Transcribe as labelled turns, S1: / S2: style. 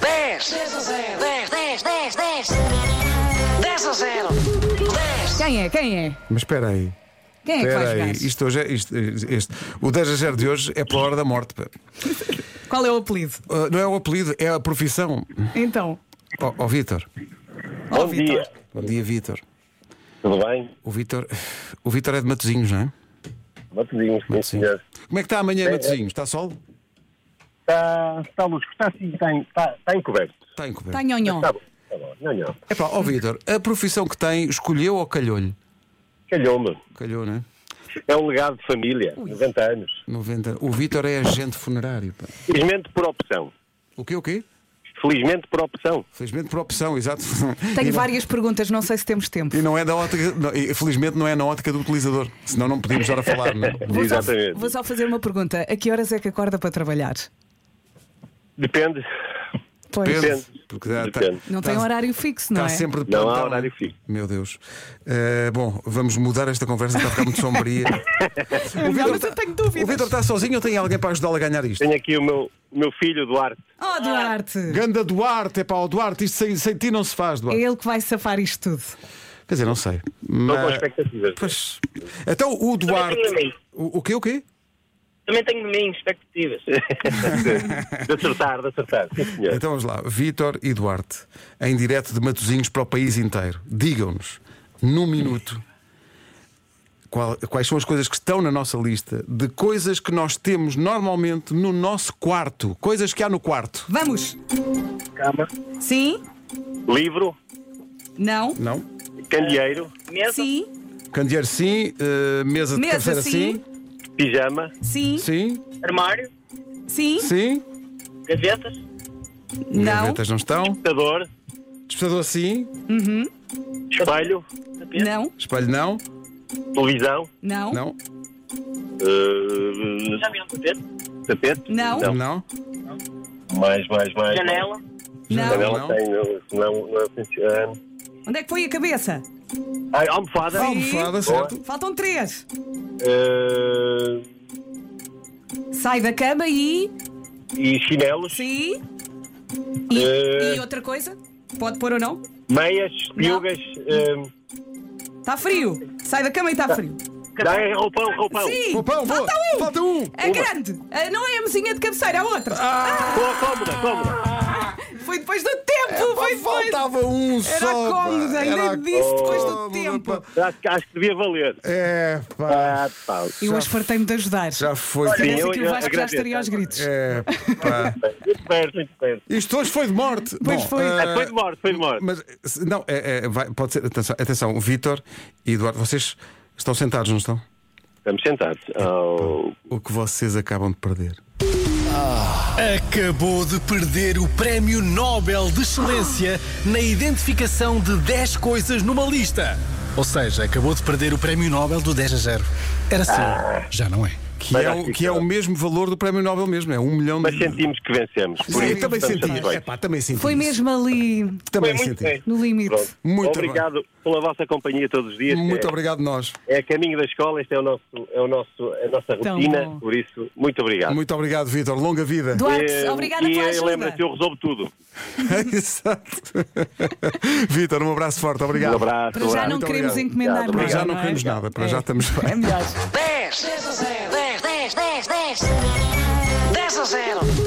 S1: 10, 10 a 0. 10, 10, 10, 10. 10 a 0. 10.
S2: Quem é? Quem é?
S3: Mas espera aí.
S2: Quem é que vai
S3: Espera
S2: jogar?
S3: aí. Isto hoje é, isto- este- O 10 a 0 de hoje é pela hora da morte. pá.
S2: Qual é o apelido?
S3: Ah, não é o apelido, é a profissão.
S2: Então,
S3: Ó ó, Vítor.
S4: Bom
S2: Vitor.
S4: dia,
S3: Bom dia, Vítor.
S4: tudo bem?
S3: O Vítor o Vítor é de Matozinhos, não é?
S4: Matozinhos, sim, senhor.
S3: Como é que está amanhã, Matozinhos? Está sol?
S4: Está, está luz, está assim, está, em- está, está encoberto.
S3: Está encoberto.
S2: está nhonhon.
S4: Está bom, está bom. Não, não.
S3: É pá, ó Vítor, a profissão que tem, escolheu ou calhou-lhe?
S4: Calhou-me.
S3: Calhou, não é?
S4: É um legado de família, 90 anos.
S3: 90. O Vítor é agente funerário. pá.
S4: Felizmente por opção.
S3: O quê, o quê?
S4: Felizmente por opção.
S3: Felizmente por opção, exato. E
S2: Tenho
S3: não-
S2: várias perguntas, não sei se temos tempo.
S3: E não é da ótica, não, e, felizmente não é na ótica do utilizador, senão não podíamos estar a falar. Não? é?
S2: Vou só-
S4: Exatamente.
S2: vou só fazer uma pergunta. A que horas é que acorda para trabalhar?
S4: Depende.
S2: Pois.
S4: Depende.
S3: Porque dá- tá-
S4: Depende.
S2: Não tem
S3: tá-
S2: horário fixo, não
S3: Está
S2: é?
S3: sempre de
S4: Não há
S3: plantão,
S4: horário
S3: é?
S4: fixo.
S3: Meu Deus. Eh, bom, vamos mudar esta conversa, está a ficar muito sombria.
S2: Não,
S3: Vítor
S2: mas
S3: tá-
S2: eu tenho
S3: o
S2: dúvidas.
S3: Vitor está sozinho ou tem alguém para ajudá-lo a ganhar isto?
S4: Tenho aqui o meu, o meu filho, Duarte.
S2: Oh, Duarte!
S3: Ganda Duarte, é pá, o Duarte, isto sem, sem ti não se faz,
S2: É
S3: Duarte.
S2: ele que vai safar isto tudo.
S3: Quer dizer, não sei.
S4: Estou com
S3: Mas...
S4: expectativas.
S3: Ah. Pois. Então o Duarte.
S5: tenho amigos.
S3: O, o quê, o quê?
S5: Também tenho de mim expectativas.
S4: De acertar, de acertar. Sim, senhor.
S3: Então vamos lá, Vítor e Duarte, em direto de Matozinhos para o país inteiro. Digam-nos, num minuto, qual- quais são as coisas que estão na nossa lista de coisas que nós temos normalmente no nosso quarto. Coisas que há no quarto.
S2: Vamos!
S4: Cama.
S2: Sim?
S4: Livro,
S2: Não?
S3: Não?
S4: candeeiro,
S5: Mesa,
S2: Sim?
S3: Candeeiro, sim. eh, mesa de
S2: Mesa,
S3: cabeceira,
S2: sim.
S4: pijama,
S2: Sim?
S3: Sim,
S5: armário,
S2: Sim?
S3: sim.
S5: gavetas,
S2: Não?
S3: Gavetas não estão.
S4: computador,
S3: Despertador, sim.
S4: espelho,
S5: tapete,
S2: Não?
S3: Espelho, não.
S4: televisão,
S2: Não?
S3: Não.
S4: eh,
S5: já viram tapete,
S4: tapete. Então,
S2: Não.
S3: Não.
S4: Mais, mais, mais.
S5: janela,
S2: Não?
S4: Ela
S3: Não.
S4: tem, não, não, funciona.
S2: Onde é que foi a cabeça?
S4: Ai, almofada.
S3: Almofada, certo.
S2: Faltam três.
S4: Eh,
S2: Sai da cama e.
S4: e chinelos,
S2: Sim? E,
S4: Eh.
S2: e outra coisa? Pode pôr ou não?
S4: meias,
S2: Não.
S4: piugas. eh,
S2: Está Tá frio. Sai da cama e está frio.
S4: dá aí é roupão, roupão.
S2: Sim!
S3: Roupão, boa.
S2: falta um!
S3: Falta um. Ah.
S2: A grande! A- não é a mesinha de cabeceira, a outra! Ah,
S4: Boa, cómoda, cómoda.
S2: Foi depois do
S3: É
S2: tempo! foi depois!
S3: Faltava um
S2: Era
S3: só. pá.
S2: cómodo, ainda
S3: Era
S2: disse depois do
S3: cómodo,
S2: tempo.
S3: pá.
S4: Acho, que- acho que devia valer.
S3: É, pá.
S4: Ah, pá.
S2: Eu hoje fartei-me de ajudar.
S3: Já foi.
S2: Parece
S4: Sim, eu-
S2: que o
S4: eu
S2: Vasco já
S4: agradeço.
S2: estaria aos gritos.
S3: É, pá.
S4: Muito perto, muito perto.
S3: Isto hoje foi de morte.
S2: Pois foi.
S3: eh,
S4: Ah, foi de morte, foi de morte.
S3: Mas, se- não, é, é, vai- pode ser. Atenção, atenção Vítor e Eduardo, vocês estão sentados, não estão?
S4: Estamos sentados. Oh,
S3: O que vocês acabam de perder.
S6: Acabou de perder o Prémio Nobel de Excelência na identificação de 10 coisas numa lista. Ou seja, acabou de perder o Prémio Nobel do 10 a 0. Era seu, já não é.
S3: Que
S4: Mas
S3: é,
S4: acho
S3: o,
S4: que
S3: que é o
S4: está.
S3: mesmo valor do Prémio Nobel mesmo, é um milhão
S4: mas
S3: de.
S4: sentimos que vencemos. Por
S3: Sim,
S4: isso
S3: também
S4: estamos
S3: senti.
S4: satisfeitos.
S3: É, pá, também senti.
S2: Foi
S3: isso.
S2: mesmo ali,
S3: Também
S4: Foi muito
S3: senti.
S4: bem.
S2: no limite.
S4: Pronto.
S3: Muito
S4: obrigado pela vossa companhia todos os dias.
S3: Muito
S4: É-
S3: obrigado, nós.
S4: É, caminho da escola, esta é, o nosso, é, o nosso, é a nossa
S2: Tão
S4: rotina,
S2: bom.
S4: por isso, muito obrigado.
S3: Muito obrigado, Vítor. Longa vida.
S2: Duarte,
S4: Eh,
S2: obrigada
S4: e
S2: pela
S4: eh,
S2: ajuda.
S4: lembra-se, eu resolvo tudo. Um
S3: Exato. Vítor, um abraço forte. Obrigado.
S4: Um abraço.
S2: Para
S4: um
S2: já
S4: abraço.
S2: não
S3: Muito
S2: queremos
S3: obrigado.
S2: encomendar
S3: Para
S2: nada.
S3: já não
S2: é?
S3: queremos nada, para já estamos
S2: É
S3: bem.
S2: melhor.
S1: 10 a 0. 10, 10, 10, 10. 10 a 0.